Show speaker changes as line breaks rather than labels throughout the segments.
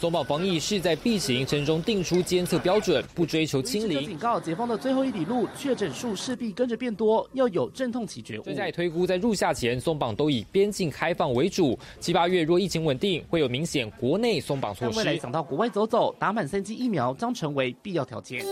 松绑防疫势在必行，城中定出监测标准，不追求清零。
警告：解封的最后一里路，确诊数势必跟着变多，要有阵痛期觉悟。
专家也推估，在入夏前松绑都以边境开放为主，七八月若疫情稳定，会有明显国内松绑措
但
施。
未来想到国外走走，打满三剂疫苗将成为必要条件。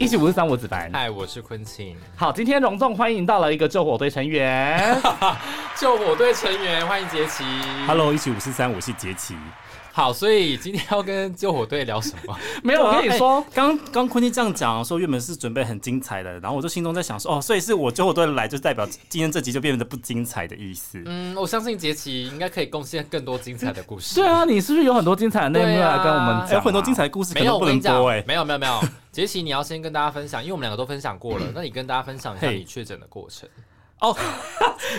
一起五四三，我子凡。
嗨，我是昆庆，
好，今天隆重欢迎到了一个救火队成员。
救火队成员，欢迎杰奇。
Hello，一起五四三，我是杰奇。
好，所以今天要跟救火队聊什么？
没有，我跟你说
哎，刚刚坤弟这样讲说，原本是准备很精彩的，然后我就心中在想说，哦，所以是我救火队来，就代表今天这集就变得不精彩的意 思。
嗯，我相信杰奇应该可以贡献更多精彩的故事。
对啊，你是不是有很多精彩的内幕
对
要
啊
来跟我们
哎
讲、
有很多精彩。的故事可
没有，
能
我
不
跟
能
你讲
播哎，，
没有没有没有，杰奇，你要先跟大家分享，因为我们两个都分享过了，那你跟大家分享一下
嘿
你确诊的过程。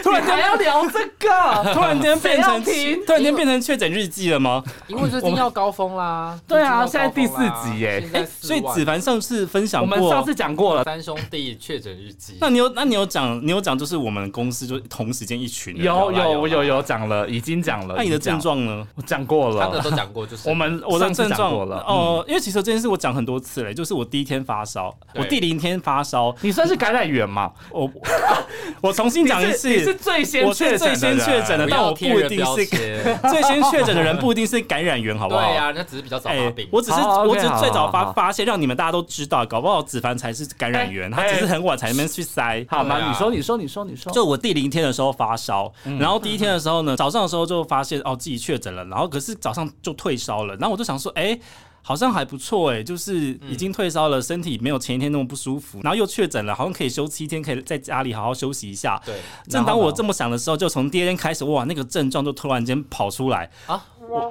突然
还
间
要聊这个？
突然间变成
谁要听
突然间变成确诊日记了吗？
因为最近要高峰 啦，
对啊
最近要高峰啦
现在第四集耶
现在四
所以
万
子凡上次分享
我们上
过，
次讲过了，
呃三兄弟确诊日记，
那你有那你有讲你有讲就是我们公司就同时间一群人
有
有
啦
有我
有
有
啦
有讲了，已经讲了。
那你的
已经讲
症状呢？
我讲过
他们
了，
都讲过，就是
我们
我的
上次
症
讲
状
过了。哦，
哦，因为其实这件事我讲很多次了，就是我第一天发烧，
对
我第零天发烧，
你算是感染源嘛？
我 我重新讲一次，
你是你是最先
我
确诊
是最
的
先
人
确诊的，
不
但
要
我不
贴
一
人
定
标
是
签。
最先确诊的人，不一定是感染源，好不
对
好？
呀，那只是比较早发病。
我只是
好
我
OK，
只是
好
最早
好
发
好
发现，让你们大家都知道，搞不好子凡才是感染源，
哎
他只是很晚才能去塞。
好
对
吗？
啊
你说，你说，你说，你说。
就我第零天的时候发烧，
嗯
然后第一天的时候呢，早上的时候就发现哦自己确诊了，然后可是早上就退烧了，然后我就想说，哎、好像还不错哎、就是已经退烧了，身体没有前一天那么不舒服，然后又确诊了，好像可以休七天，可以在家里好好休息一下。
对
正当我这么想的时候，就从第二天开始，哇，那个症状就突然间跑出来。
啊，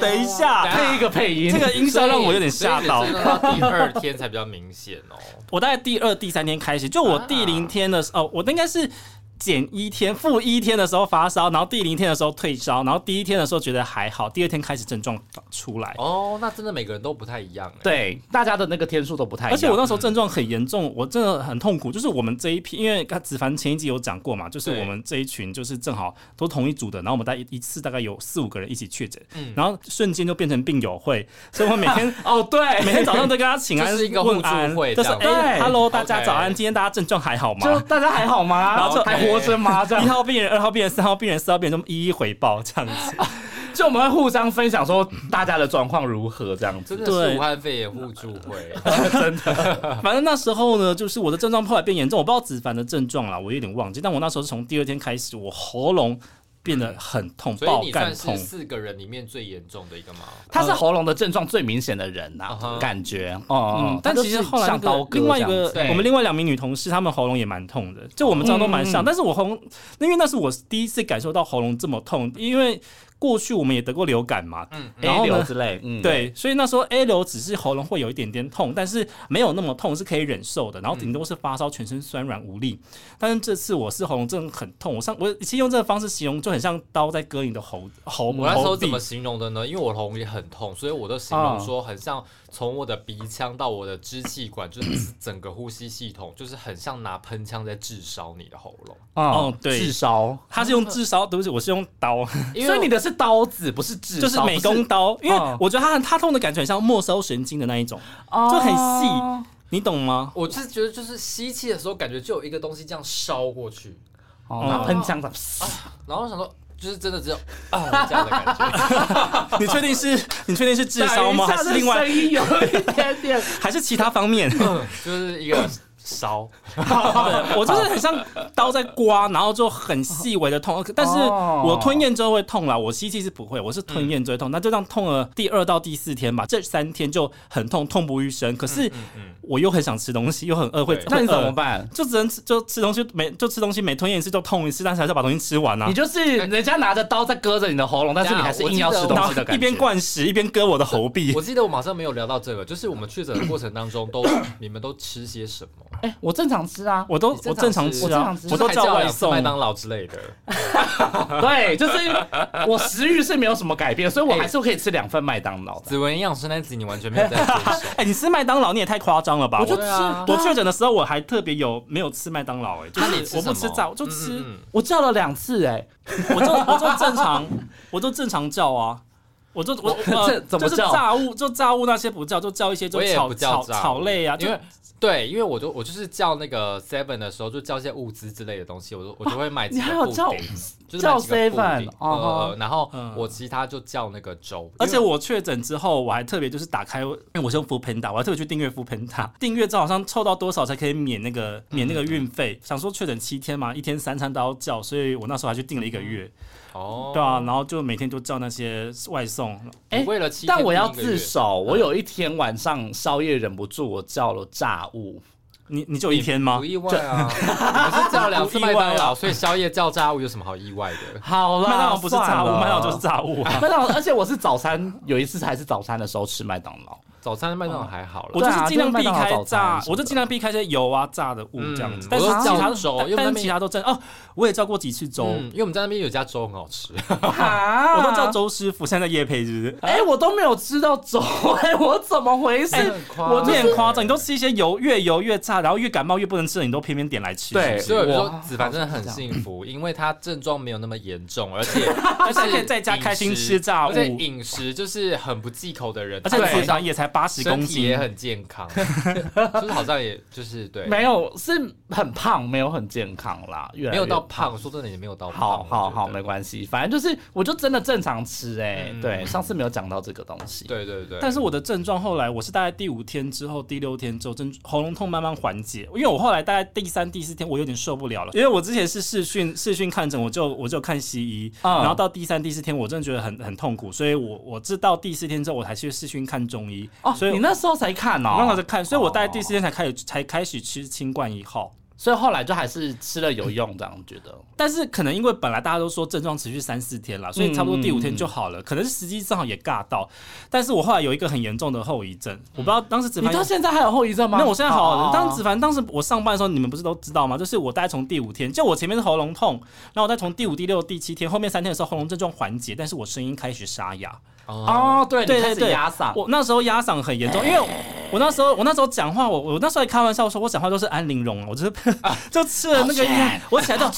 等一下，
配一个配音，
这个音效让我有点
所以
吓到
所以。你真的到第二天才比较明显哦。
我大概第二、第三天开始，就我第零天的时候，哦，我应该是减一天、负一天的时候发烧，然后第零天的时候退烧，然后第一天的时候觉得还好，第二天开始症状出来。
哦，那真的每个人都不太一样。，欸
对大家的那个天数都不太一样。
而且我那时
嗯
候症状很严重，我真的很痛苦。就是我们这一批，因为刚子凡前一集有讲过嘛，就是
对
我们这一群就是正好都同一组的，然后我们大概一一次大概有四五个人一起确诊，
嗯
然后瞬间就变成病友会，所以我每 天
哦，对，
每天早上都跟他请安，
就是一个互
问
助
安，
会
就是
这样子
哎
对
，Hello，大家
OK
早安，今天大家症状还好吗？
就哦大家还好吗？
然后就
还活着吗？这
一
样，
号病人、二号病人、三号病人、四号病人，这么一一回报这样子。
就我们会互相分享说大家的状况如何这样子。
真的
对
是武汉肺炎互助会。
反正那时候呢，就是我的症状后来变严重，我不知道子凡的症状啦，我有点忘记。但我那时候是从第二天开始，我喉咙变得很痛，
所
爆
以你算
干
是
痛。
四个人里面最严重的一个吗？
他是喉咙的症状最明显的人呐、
嗯哼
感觉哦、
啊嗯，但其实后来那
上刀
个
割
另外一
这样
个
子
对嗯
我们另外两名女同事，她们喉咙也蛮痛的，就我们这样都蛮像，但是我喉咙，因为那是我第一次感受到喉咙这么痛，因为过去我们也得过流感嘛，
嗯，嗯
然后
A
呢
流之类，嗯，
对，所以那时候 A 流只是喉咙会有一点点痛，但是没有那么痛，是可以忍受的。然后顶多是发烧、全身酸软无力。但是这次我是喉咙真的很痛，我上我其实用这个方式形容，就很像刀在割你的喉喉
我那时候
喉
怎么
壁。
形容的呢？因为我喉咙也很痛，所以我都形
啊
容说很像从我的鼻腔到我的支气管，就是 整个呼吸系统，就是很像拿喷枪在炙烧你的喉咙。
哦
哦，对
炙烧，
他是用炙烧，对不起，我是用刀，
因
所以
为
你的是刀子，不是炙烧，
就是美
不
工
是
刀，因为
嗯
我觉得他他痛的感觉很像末梢神经的那一种，就很细，你懂吗？
我是觉得就是吸气的时候，感觉就有一个东西这样烧过去，
哦，
嗯
拿喷枪的，
然后我想说。就是真的只有啊这样的感觉，
你确定是你确定是炙 烧 吗？还是另外
声音有一点点，
还是其他方面？
就是一个烧。
我就是很像刀在刮，然后就很细微的痛， 但是
哦
我吞咽之后会痛啦，我吸气是不会，我是吞咽
嗯
之后会痛，那就这样痛了第二到第四天吧，这三天就很痛，痛不欲生。可
嗯
是我又很想吃东西，又很饿，会
对
会
那你怎么
饿？
办？
就只能吃，就吃东西没就吃东西每吞咽一次就痛一次，但是还是要把东西吃完啊
你。就是人家拿着刀在割着你的喉咙，但是你还是硬要吃
懂
东
然
西的感觉，
后一边灌食一边割我的喉壁
我，记得我马上没有聊到这个，就是我们确诊的过程当中都你们都吃些什么？
哎、我正常吃啊，
我都
你
我
正
正
常
常
吃
吃
我
啊
正常，吃
我都
还
叫外
两次
送，
麦。当劳之类的。
对，就是我食欲是没有什么改变，所以我还是可以吃两份麦当劳的。
子文营养师那集你完全没有在接受
哎，你吃麦当劳你也太夸张了吧！
我就
我
吃，
对啊
我确诊的时候我还特别有没有吃麦当劳，哎，就
那你
是我不
什
吃
么
炸，我就吃
嗯嗯嗯
我叫了两次、哎，
欸我就我就正常，我就正常叫啊。我就我呃
这怎么
就是
叫
炸物就炸物那些不叫，就叫一些就
我也
炒
不叫
炒
炸物
炒类啊，就
因为对，因为我就我就是叫那个 seven 的时候，就叫一些物资之类的东西，我就我就会买几
你
啊
还
个
有
布
叫
丁，就是
叫
买几个布
7-Eleven，
丁
哦吼
呃，然后
嗯
我其他就叫那个粥，
而且
因为
我确诊之后，我还特别就是打开，因为我是用 f o o Panda，我还特别去订阅 f o o Panda，订阅之后好像凑到多少才可以免那个免
嗯
那个运费。想说确诊七天嘛，一天三餐都要叫，所以我那时候还去订了一个月，
哦，
对啊，然后就每天就叫那些外送。
哎
你为了七天
但我要
订一个
自
月
首。我有一天晚上宵夜忍不住，我叫了炸物。
你你就一天吗
不？意外啊，我是叫了两次麦
不
当
意外
劳，
啊
所以宵夜叫炸物有什么好意外的？
好啦，
麦当劳不是炸物，
算了
麦当劳就是炸 物啊。
麦当劳，而且我是早餐有一次还是早餐的时候吃麦当劳。
早餐麦当劳还好
哦
嗯
我
了，
就
对
是
啊
尽量
就是麦
避
当劳
开
早餐
炸，
什么
我就
的
尽量避开这些油啊、炸的物这样子。
嗯
但是
我
其
都
他
叫粥
但
因为那
但
边
其他都真哦，我也叫过几次粥，
嗯，因为我们在那边有一家粥很好吃，
哈
我都叫。周师傅，现在在夜配是不是？
哎、我都没有吃到粥，哎，我怎么回事？
我
我很夸张，你都吃一些油越油越炸，然后越感冒越不能吃的，你都偏偏点来吃。
对
是
所以我就
哇
说子凡真的很幸福，因为他症状没有那么严重，而且而
且还可以在家开心吃炸物
而且饮食就是很不忌口的人，
不是而
他
且脂
好像
肪也才八十
身
公
体
斤
也，很健康，就是好像也就是对，
没有，是很胖，没有很健康啦，越来越
没有到。胖，说真的也没有到胖，
好好好，
我觉
没
得
关系，反正就是，我就真的正常吃哎、
嗯
对，上次没有讲到这个东西，
对对对，
但是我的症状后来，我是大概第五天之后，第六天之后，症喉咙痛慢慢缓解。因为我后来大概第三、第四天，我有点受不了了，因为我之前是视讯视讯看诊，我就我就看西医，
嗯
然后到第三、第四天，我真的觉得很很痛苦，所以我我知道第四天之后，我才去视讯看中医。
哦，
所以
你那时候才看哦，
我刚好在看，所以我大概第四天才开始、才开始吃清冠一号。
所以后来就还是吃了有用，这样觉得。
但是可能因为本来大家都说症状持续三四天啦，所以差不多第五天就好了。可能是时机正好也尬到，但是我后来有一个很严重的后遗症，我不知道当时子
你
凡有
到现在还啊有后遗症吗？哦
那我现在好了，当
时
子凡当时我上班的时候，你们不是都知道吗？就是我大概从第五天，就我前面是喉咙痛，然后我再从第五、第六、第七天后面三天的时候，喉咙症状缓解，但是我声音开始沙哑。
哦，
哦，对，
对
你
对
开始
对，
压嗓，
我那时候压嗓很严重，因为我那时候我那时候讲话，我我那时候还开玩笑说，我讲话都是安陵容，啊我就是 就吃了那个药，我起来就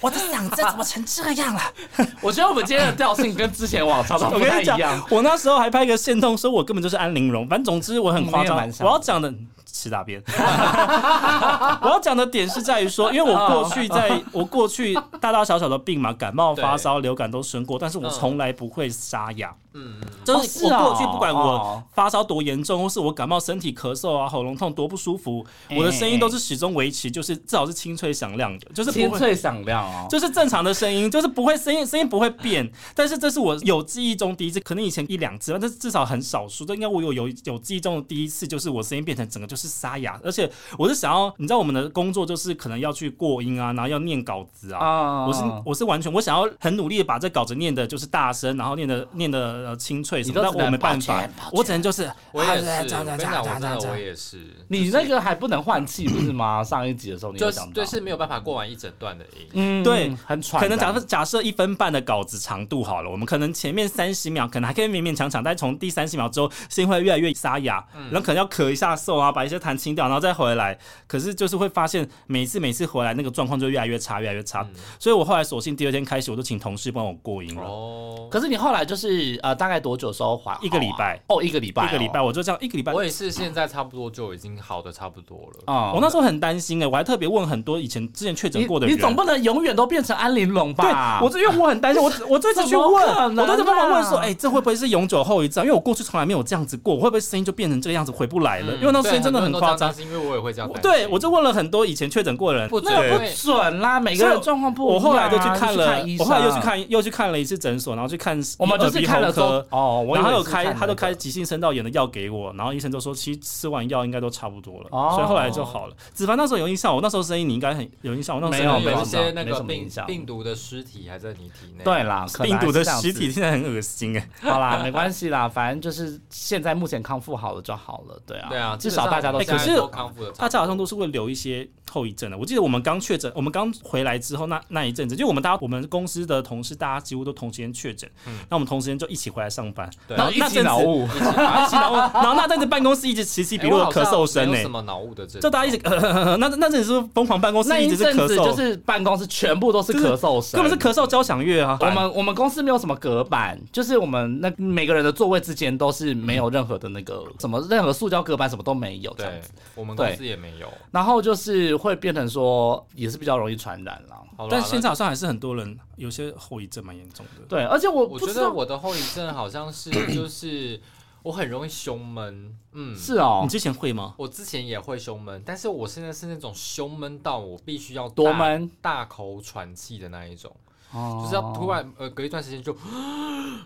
我的嗓子怎么成这样了？
我觉得我们今天的调性跟之前往常常
我
不
跟
太
你
一
讲
样。，
我那时候还拍一个线动，说我根本就是安陵容。反正总之我很夸张
你也蛮。
我
像
要讲的吃大便，我要讲的点是在于说，因为我过去在我过去大大小小的病嘛，感冒、
对
发烧、流感都生过，但是我从来不会沙哑。
嗯，
就
哦
是
是
我
哦
过去不管我
哦
发烧多严重，或是我感冒身体咳嗽啊、喉咙痛多不舒服，
哎
我的声音都是始终维持，就是至少是清脆响亮的，就是不
清
会。
脆响亮哦，
就是正常的声音，就是不会声音声音不会变。但是这是我有记忆中第一次，可能以前一两次，但是至少很少数。这应该我有有有记忆中的第一次，就是我声音变成整个就是沙哑，而且我是想要，你知道我们的工作就是可能要去过音啊，然后要念稿子啊。
啊
我是我是完全我想要很努力的把这稿子念的，就是大声，然后念的念的、呃、清脆什
你
么，但
都只能
我没办
抱
法
歉抱，歉
我只能就是
我也是，
啊
我
这样这
跟你
样这样
讲，
这
我
样这
真
样这
的我
样。
也是，
你那个还不能换气不是吗？上一集的时候你有
就是
讲到，
对是没有办法过完一整段的音，
嗯
对
很喘，
可能假设假设一分半的稿子长度好了，我们可能前面三十秒可能还可以勉勉强强，但从第三十秒之后，声音会越来越沙哑，然后可能要咳一下嗽啊，把一些痰清掉，然后再回来。可是就是会发现，每次每次回来那个状况就越来越差，越来越差。所以我后来索性第二天开始，我就请同事帮我过音了。
哦，
可是你后来就是呃，大概多久的时候还好啊？
一个礼拜
哦，一个礼拜哦，
一个礼拜，我就这样一个礼拜。
我
我
也是，现在差不多就已经好的差不多了。
啊
那时候很担心哎、我还特别问很多以前之前确诊
你
过的
你
人，
总不能永远都变成安玲珑
对
吧？，
我这因为我很担心，我我这次去问，
怎么可能啊
我都在帮忙问说，哎、这会不会是永久后遗症？因为我过去从来没有这样子过，我会不会声音就变成这个样子回不来了？因为那声音真的很夸张。
是因为我也会这样担心。
对，我就问了很多以前确诊过的人，
不准
那个
因
不
为
准啦，每个
所以
人状况不一样啊。
我后来就去看了，
你去医
我
生啊
后来又去，看又去看了一次诊所，然后去看
我们就是看了
耳鼻喉
都
科。
哦，我以
然
为
后他有
是看
开，
那个
他就开急性声道炎的药给我，然后医生就说，其实吃完药应该都差不多了，
哦
所以后来就好了。子凡那时候有印象，我那时候声音你应该很有印象，我那时
没
候
有
声
没
音
有
有
一些那
没
个
什么
病
影响
病毒的尸体还在你体内。
对啦，可能
病毒的
还是这
实
样子
体现在很恶心哎、
好啦，没关系啦，反正就是现在目前康复好了就好了，对啊，
对啊，
至少大
家
家
到
哎
现
可
在
是
都康复的差
大
不多，
家好像都是会留一些后遗症的。我记得我们刚确诊，我们刚回来之后那那一阵子，就我们大家我们公司的同事，大家几乎都同时间确诊，那我们同时间就一起回来上班，
对
然后
嗯一
那
起
阵子
脑雾，
一起脑雾，然后那阵子办公室一直此起
哎
彼落
我
的
好
咳
像
嗽声
没
呢
有，什么脑雾的症
欸就
状，
大家一直 咳咳咳咳，那那阵子是疯狂办公室
那
一
一
直是
阵
咳
子就
嗽，
是办公室全部都是
就是
咳嗽声，
根本是咳嗽交响乐啊！
我们我们公司没有什么隔板，就是我们那每个人的座位之间都是没有任何的那个什么任何塑胶隔板什么都没有这样
对
子，，
我们
对
公司也没有。
然后就是会变成说也是比较容易传染啦。
好啦
但
那
现在好像还是很多人有些后遗症蛮严重的。
对，而且我
我
不
觉
知
得
道
我的后遗症好像 是就是我很容易胸闷，嗯，
是哦
你，之前会吗？
我之前也会胸闷，但是我现在是那种胸闷到我必须要
多
大
闷哦
大口喘气的那一种，
就
就是要突然呃隔一段时间 就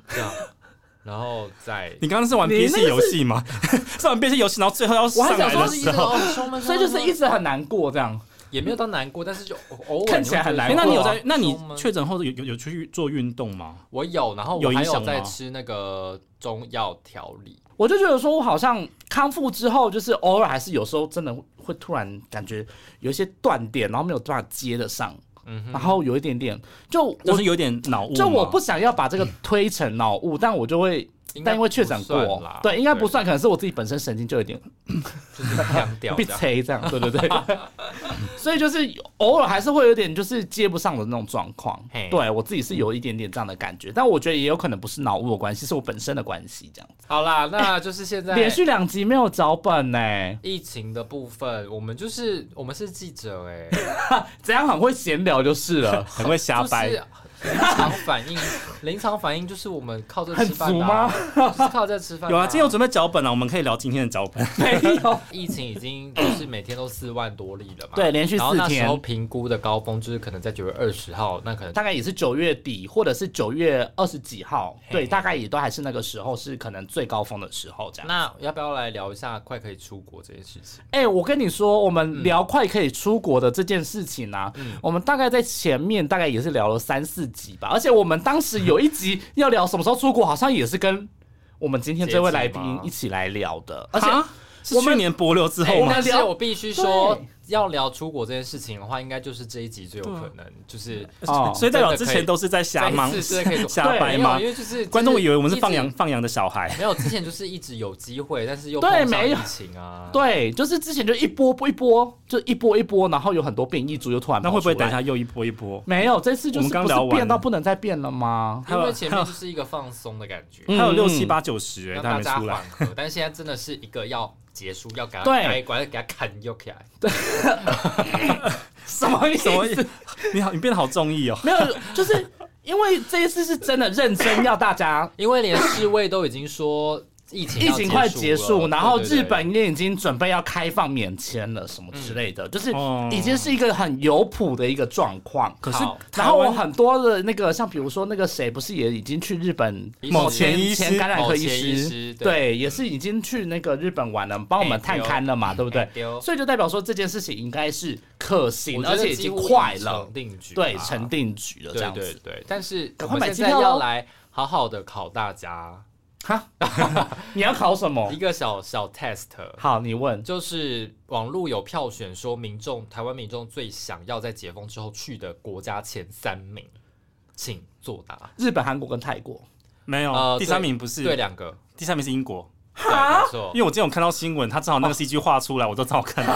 这样，然后再
你刚刚是玩
你
憋
那
气
个
游戏吗？ 是玩憋气游戏，然后最后要上
还想
来
说
的
就是一
时
直
候，
哦胸闷，
所以就是
胸闷
一直很难过这样。
也没有到难过，但是就偶尔
看起来很难
哎
会觉得哦
那你有
过啊
在？那你
胸闷
确诊后有有有去做运动吗？
我有，然后
有
我
影
还有
响
在
吗
吃那个中药调理，
我就觉得说，我好像康复之后，就是偶尔还是有时候真的会突然感觉有一些断电，然后没有办法接得上，
嗯
然
哼，
后有一点点，就
就
我
是有点脑雾吗。。
就我不想要把这个推成脑雾，但我就会，
嗯应该
但因为确诊
不算
过
啦，
对，应该不，算，可能是我自己本身神经就有点
就是 僵掉
被
这样。
催这样，对对对， 所以就是偶尔还是会有点就是接不上的那种状况
嘿，
对我自己是有一点点这样的感觉，但我觉得也有可能不是脑雾的关系，是我本身的关系这样子。
好啦，那就是现在
连续两集没有脚本呢、
疫情的部分，我们就是我们是记者哎、
怎样很会闲聊就是了
很会瞎掰。
就是临场反应，临场反应就是我们靠这吃饭的、啊，就是靠这吃饭、
有啊，今天有准备脚本啊，我们可以聊今天的脚 本。
没有，
疫情已经就是每天都四万多例了嘛，
对连续
然后
四
那时
天
候评估的高峰就是可能在九月二十号，那可能
大概也是九月底或者是九月二十几号，
嘿
对，大概也都还是那个时候，是可能最高峰的时候这样。
那要不要来聊一下快可以出国这件事情？
哎、我跟你说，我们
嗯
聊快可以出国的这件事情啊，我们大概在前面大概也是聊了三四集吧，而且我们当时有一集要聊什么时候出国，好像也是跟我们今天这位来
节制
宾
吗
一起来聊 的，而且
啊是
我们
去年博流之
哎
后吗
但？是
聊
我必须说
对，
要聊出国这件事情的话，应该就是这一集最有可能，就是
哦
所以代表
真的
之
可以
前都是在瞎忙
这一次真的可以
瞎掰
没有
吗
因？为就是
观众以为我们是
一直
放羊放羊的小孩。
没有，之前就是一直有机会，但是又
对
碰上
没有
疫情啊。
对，就是之前就一波一波，就一波一波，然后有很多变异株又突然
那会不会
跑出来
等一下又一波一波？
没有，这次就是
我们刚
不
聊
是
完
变到不能再变了吗？
因为前面就是一个放松的感觉，
嗯
还有六七八九十哎，
让
他
大
还没
家
出来
缓。和，但是现在真的是一个要结束，要给他
对
该管给他砍又起来。
什么意
什么意？你好，你变得好中意哦。
没有，就是因为这一次是真的认真要大家
因为连世卫都已经说疫情
疫
要
情快结束，
了
然后
对对
日
对
本也已经准备要开放免签了什么之类的，就是
哦
已经是一个很有谱的一个状况。
可是
好
然后我很多的那个，像比如说那个谁，不是也已经去日本
医
某
生
前医
前
师
感染科医
某前医师对
对，也是已经去那个日本玩了，帮我们探勘了嘛，对不对
哎？丢
所以就代表说这件事情应该是可行，
我
而
觉得
且已
几
经
乎
快
已
了
成，定局，
对，成。定局了这
对
样
对
子。
对，但是
赶
我
快
们
买
现
机
在
票哦
要
咯
来好好的考大家
哈，你要考什么
哦
一？个小小 test。
好，你问。
就是网络有票选说，民众台湾民众最想要在解封之后去的国家前三名，请作答。
日本、韩国跟泰国，
没有
呃，
哦第三名不是
对，两个，
第三名是英国。
对，没错
因。为我之前有看到新闻，他正好那个 CG 画出来，我都正好看到。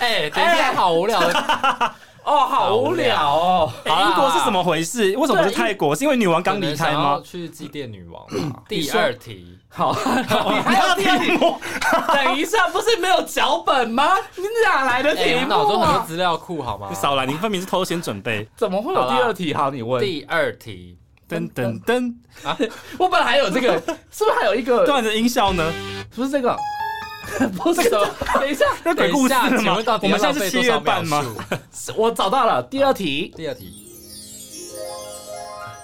哎，等一下，好无聊的。
哦，好
无聊
哦。
哎英国是怎么回事？为什么不是泰国？是因为女王刚离
可能
开
想要
吗？
去祭奠女王吧。第二 题，
好，你还有第二题目？等一下，不是没有脚本吗？你哪来的
哎
题
我
目
脑中很多
啊？
资料库好吗
你？少来，你分明是偷先准备。
怎么会有第二题？好，你问。
第二题，
噔噔噔，
我本来还有这个，是不是还有一个？
突然的音效呢？
不是这个， 不是。等一下，
那鬼故事
等一
了
下请
吗
问到？底
我们
要浪
现在是
费
七
多
月
少
半
秒
吗？
数？
我找到了第二题。
第二题，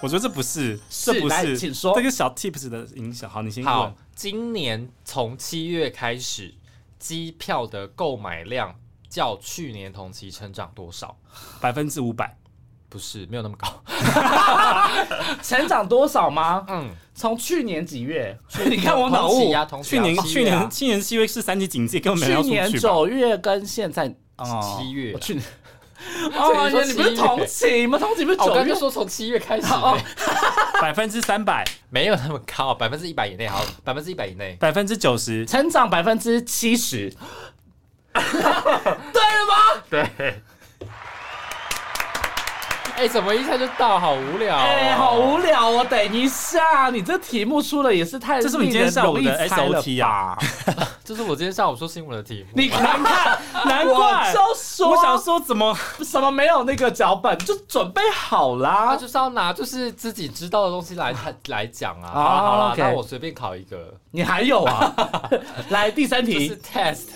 我觉得这不是，
是
这不
来
是，
请说
这个小 tips 的影响。好，你先
好
问。，
今年从七月开始，机票的购买量较去年同期成长多少？
百分之五百，
不是没有那么高，
成长多少吗？
嗯，
从去年几月？你看我脑
同期
雾。
啊，同期
去
啊
年
七
去
月啊
年去年七月是三级警戒，根本没
去
有
年
出去吧。
九月跟现在哦
七月啊
我去 年。哦，
所以你说
你不是
七月
同期，你们同期不是
哦我
九
刚
月
刚？说从七月开始、欸
哦
百分之三百，
没有那么高，百分之一百以内，好，百分之一百以内。
百分之九十，
成长百分之七十，
哎、怎么一下就到？好无聊、哦，
哎、好无聊哦！等一下，你这题目出的也是太
这是我们今天上午的 SOT
啊！
这是我今天上午说新闻的题目。
你难看，
难
我
怪
就说，
我想说怎么
什么没有那个脚本，就准备好
他
啦。
啊就是要拿就是自己知道的东西来他来讲啊。
哦
好啦好啦
OK
那我随便考一个，
你还有啊？来第三
就
题，
是 test，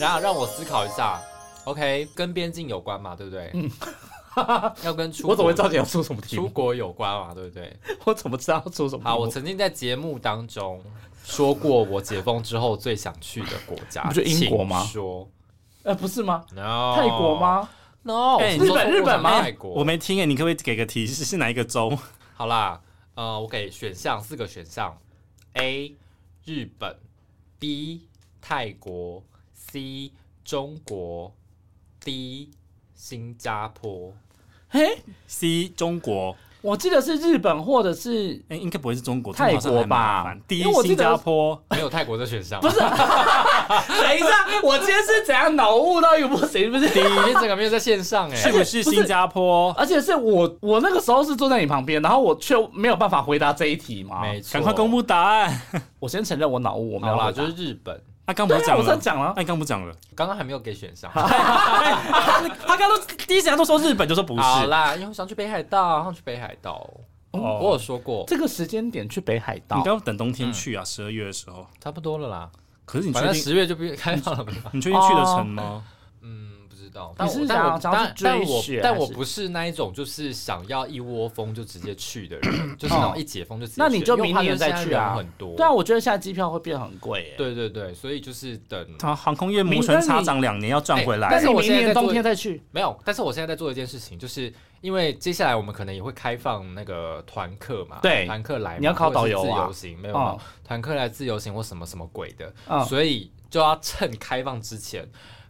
然后让我思考一下。OK，跟边境有关嘛，对不对？嗯， 要跟出国
我怎么会知道你要出什么 题
出
目？嗯
国有关嘛，对不对？
我怎么知道要出什么题目？
好，我曾经在节目当中说过，我解封之后最想去的国家，
不就英国吗
请说
呃，不是吗？
，no，
泰国？吗？
No，
哎
我说
日本
中国
日本吗
泰国，
我没听欸诶，你可不可以给个提示是哪一个州？
好啦，呃，我给选项四个选项：A. 日本，B. 泰国，C. 中国，D. 新加坡。
嘿、
C 中国，
我记得是日本或者是
哎、应该不会是中国，
泰国吧
中好像还蛮麻烦第
因为
一
我记
新
得
加坡，
没有泰国的选项，啊
不是？等一下，我今天是怎样脑雾到一个不行，不
你
是？
你整个没有在线上哎、
是不是新加坡？
而且是我，我那个时候是坐在你旁边，然后我却没有办法回答这一题嘛。
没错，
赶快公。布答案！
我先承认我脑雾，我没有
好啦，
啦，
就是日本，
他刚不
对啊，
是讲
我
了
在？讲了
那。你刚不讲了？
刚刚还没有给选项。
他刚都第一时间都说日本，就说不
好
是。
啦，因为我想去北海道，想去北海道。
哦
我有说过，
这个时间点去北海
你
道，
刚等冬天去啊，十二月的时候。
差不多了啦。
可是你
反
确
正
定？
十月就不开放了嘛。
你确定去得成吗？
嗯，不知道。
你
但
是
我
想
但
要
我
想要
但
去
但
追
我
雪
但
还
我
是
不是那一种就是想要一窝蜂就直接去的 人，就是那种一解封就直接去。
哦那你就
因为
明
花莲
年再
现在
去
人
啊
很多。
对啊，我觉得现在机票会变很贵耶。
对对对，所以就是等
他航空业摩拳擦掌两年要赚回
那
来，
你
但是我
明
现在
年
在做
冬天再去，
没有。但是我现在在做一件事情，就是因为接下来我们可能也会开放那个团客嘛，
对
团客来嘛，
你要考
或者是
导游啊
自由行没有
嗯
嘛？团客来自由行或什么什么鬼的，
嗯
所以就要趁开放之前。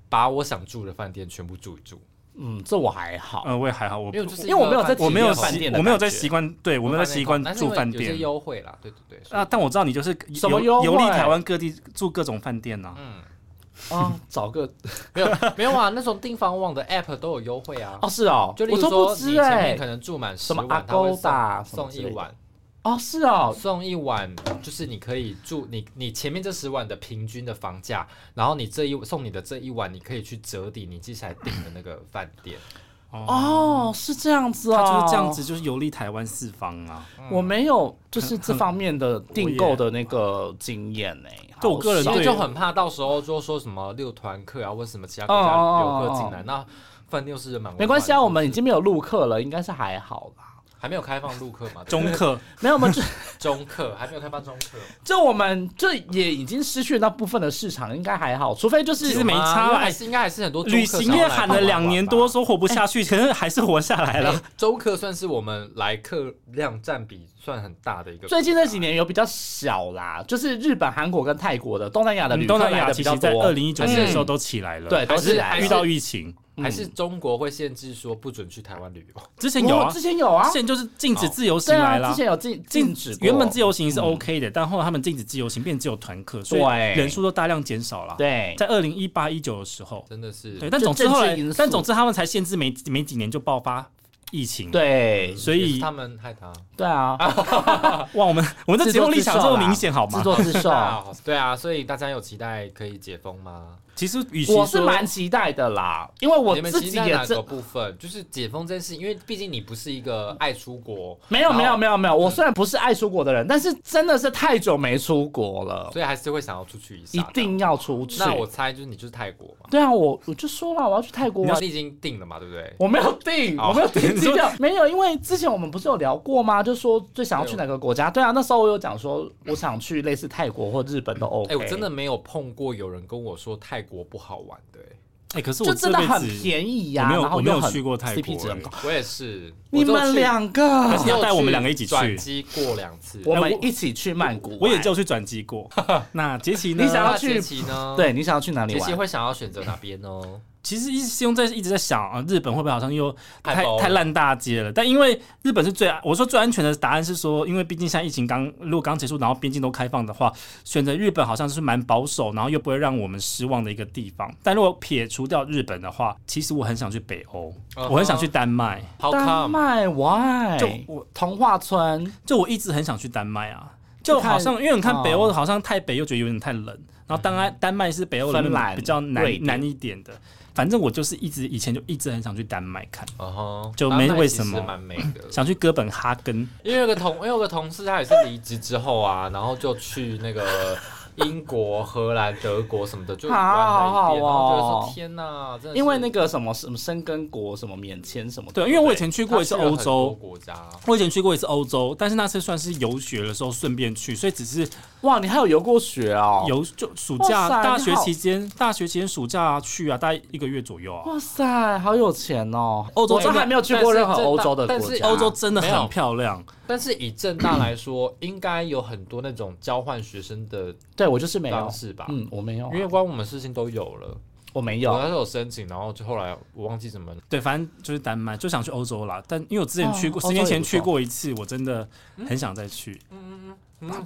把我想住的饭店全部住一住，
嗯，这我还好。
呃，我也还好，我
因为就是
因为我没有在
一个
我没有
饭店
习，
的
我没有
感
在
觉
习惯，对我没有在习惯
但是因
住
为
饭
有些
店
优惠啦，对对对。所以
啊。但我知道你就是
什么
游
优惠
游历台湾各地住各种饭店呐。
嗯，
啊，找个
没有没有啊，那种订房网的 app 都有优惠 啊。
哦，是哦，
就例
我
如
都
说
不
你
知
前
哎
面可。能住满十
什么
晚，他会送
Agoda 什么
送
之类
一
的
晚，
哦，是哦，
送一晚就是你可以住你你前面这十晚的平均的房价，然后你这一送你的这一晚，你可以去折抵你接下来订的那个饭店。
哦，是这样子哦，嗯
他就是这样子，。就是游历台湾四方啊。
我没有就是这方面的订购的那个经验呢、欸，
就我个人
因
好
为
对
就很怕到时候就说什么六团客啊，或者什么其他
哦
国家
哦
游客进
哦
来，那饭店又是人满为患。
没关系啊，
就是
我们已经没有陆客了，应该是还好啦。
还没有开放陆客嘛，对
中 客，
没有，我们就
中客还没有开放中客。
就我们这也已经失去那部分的市场，应该还好，除非就
其
是
实没差啦
还是应该还是很多中客
旅行业喊了两年多，
想
说活不下去，可是还是活下来
要来台
了
湾玩吧。哎周客算是我们来客量占比算很大的一个。
最近这几年有比较小啦，就是日本、韩国跟泰国嗯的东南亚的旅
嗯东
客
南
来
亚
的
其
比
实
较
在二
多。嗯
零一九年的时候都起来了，
对，，都
还
是
哎是
来
还
遇
了
是
到疫情
还是中国会限制说不准去台湾旅游，
之前有
我
啊，
之前有啊
之，前就是禁止自由行
对
来
啊，
啦
之。前有禁禁止过，嗯
原本自由行是 OK 的，但后来他们禁止自由行，变只有团客，所以
对
人数都大量减少了。
对，
在二零一八一九的时候，
真的是
对，但
就
总之后来
政治因素，
但总之他们才限制没没几年就爆发疫情，，
对
所
也
以
是他们害他。
对啊，
哇，我们我们这节目立场这么明显好
自
吗？
作自 受。
啊，对啊，所以大家有期待可以解封吗？
其实与其
我是
说
蛮期待的啦，因为我
你们
自
期
己
待
也
哪
真
个部分？就是解封这件事，因为毕竟你不是一个爱出国，
没有没
然
有
后，
没有没有，我虽然不是爱出国的人，但是真的是太久没出国了，
所以还是会想要出去一下。
一定要出去
这。样。那我猜就是你就是泰国嘛，
对啊，我我就说了，我要去泰国玩。
你已经定了嘛，对不对？
我没有订，
哦
我没有订机票，没有，因为之前我们不是有聊过吗？就说最想要去哪个国家？对啊，那时候我有讲说，我想去类似泰国或日本都 OK。
哎、我真的没有碰过有人跟我说泰国不好玩的、哎
哎、可是我
就真的
这辈子
很便宜呀、
我没有
然后
我没有
又很
去过泰国
CP 值很高。
我也 是，我
你
只有
们
去
两个
可，是要哦带我们两个一起去
转机过两次。
我
哎我
们一起去曼谷玩，
我也就去转机过。那杰奇呢？
你想要
那
去
杰奇呢？，
对，你想要去哪里
杰奇
玩？
会想要选择哪边哦 呢？
其实一直用在一直在想啊，日本会不会好像又
太
太
薄了
太烂大街了？但因为日本是最安我说最安全的答案是说，因为毕竟现在疫情刚如果刚结束，然后边境都开放的话，选择日本好像是蛮保守，然后又不会让我们失望的一个地方。但如果撇除掉日本的话，其实我很想去北欧
嗯哼
我很想去丹麦，
How
丹
come？
麦 why？
就
我童话村，
就我一直很想去丹麦啊。就
去看
好像，因为你看北欧
哦嗯
好像太北又觉得有点太冷，然后丹麦丹麦是北欧里
芬
面
兰
比较难
瑞典
难一点的。反正我就是一直以前就一直很想去丹麦看。
嗯哼，
就
丹麦
没为
其
什
实
么
蛮美的。
想去哥本哈根，
因为有个同，因为有个同事他也是离职之后啊，然后就去那个英国、荷兰、德国什么的，就玩了一遍，
好好
然
好哦
后觉得说天哪，真的是
因为那个什么什么申根国什么免签什么的，
对，因为我以前去
他
过一次
去了很
欧
多
洲，
国家，
我以前去过一次欧洲，但是那次算是游学的时候顺便去，所以只是
哇，你还有游过雪哦？，
游就暑
哇
假
塞
大
你
学
好
期间，大学期间暑假去啊，大概一个月左右啊。
哇塞，好有钱哦！
欧洲
我
真
真
的
还没有去过任何
但是
欧洲的
但是
国家，
欧洲真的
没有
很漂亮，
但是以正大来说，应该有很多那种交换学生的
对我就是没有
方，式吧，
嗯，我没有啊，
因为关我们事情都有了。
我没
我
有
那时候有申请，然后就后来我忘记怎么了，
对，反正就是丹麦，就想去欧洲啦。但因为我之前
哦
去过，十
欧洲
年
也
前
不
去
错
过一次，我真的很想再去。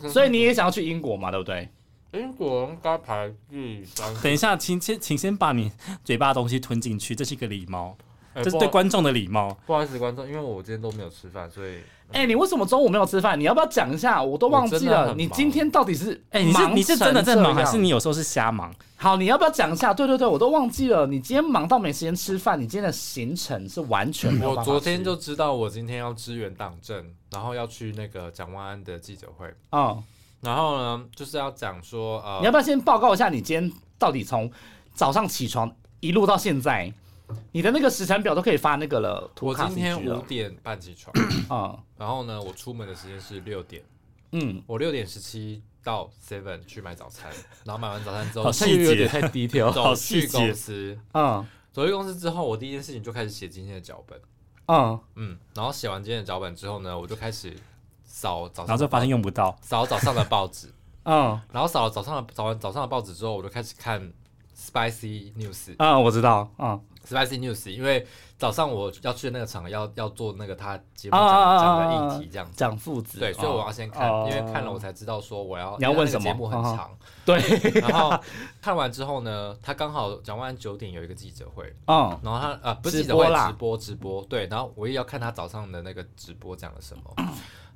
所以你也想要去英国嘛，对不对？
英国应该排第三，
等一下，请先请先把你嘴巴的东西吞进去，这是一个礼貌，
哎
这是
不
对
好
观众的礼貌。
不好意思观众，因为我今天都没有吃饭，所以
哎、你为什么中午没有吃饭？你要不要讲一下？我都忘
我
记
真的很
了，
忙
你今天到底是
哎，你是
忙
你是真的在
成
忙，
这
还
样
是你有时候是瞎忙？
好？你要不要讲一下？对对对，我都忘记了，你今天忙到没时间吃饭，你今天的行程是完全没有
我
办法
昨天
吃
就知道我今天要支援党政，然后要去那个蒋万安的记者会，
嗯，
然后呢就是要讲说呃，
你要不要先报告一下你今天到底从早上起床一路到现在，你的那个时程表都可以发那个了，图
我
卡
今天
CG
五
了，
点半起床，
嗯
然后呢我出门的时间是六点，
嗯，
我六点十七到 Seven 去买早餐，然后买完早餐之后
好细节
有点太低调，走
好细
去
节
公司，
嗯
走去公司之后，我第一件事情就开始写今天的脚本，
嗯，
嗯，然后写完今天的脚本之后呢，我就开始扫早
然
上
后就
的
发现用 不到。
扫早上的报纸，
嗯
然后扫了早上的扫完早上的报纸之后，我就开始看 Spicy News。
嗯，我知道，嗯
Spicy News，因为早上我要去的那个场要要做那个他节目
啊啊啊
讲
啊
讲
啊
的议题这样子，
讲父子，
对，所以我要先看，
哦
因为看了我才知道说我要
你要问什么
因为那个节目很长，
对，
然后看完之后呢，他刚好讲完九点有一个记者会，
嗯
然后他呃不是记
直
者
播
会
啦
直播直播对，然后我也要看他早上的那个直播讲了什么。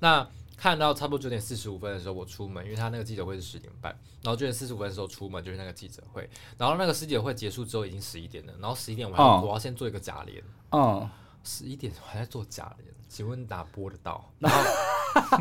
那看到差不多九点四十五分的时候，我出门，因为他那个记者会是十点半，然后九点四十五分的时候出门就是那个记者会，然后那个记者会结束之后已经十一点了，然后十一点我还要、
哦
我要先做一个假联，
嗯，
十一点我还在做假联，请问哪播得 到？然后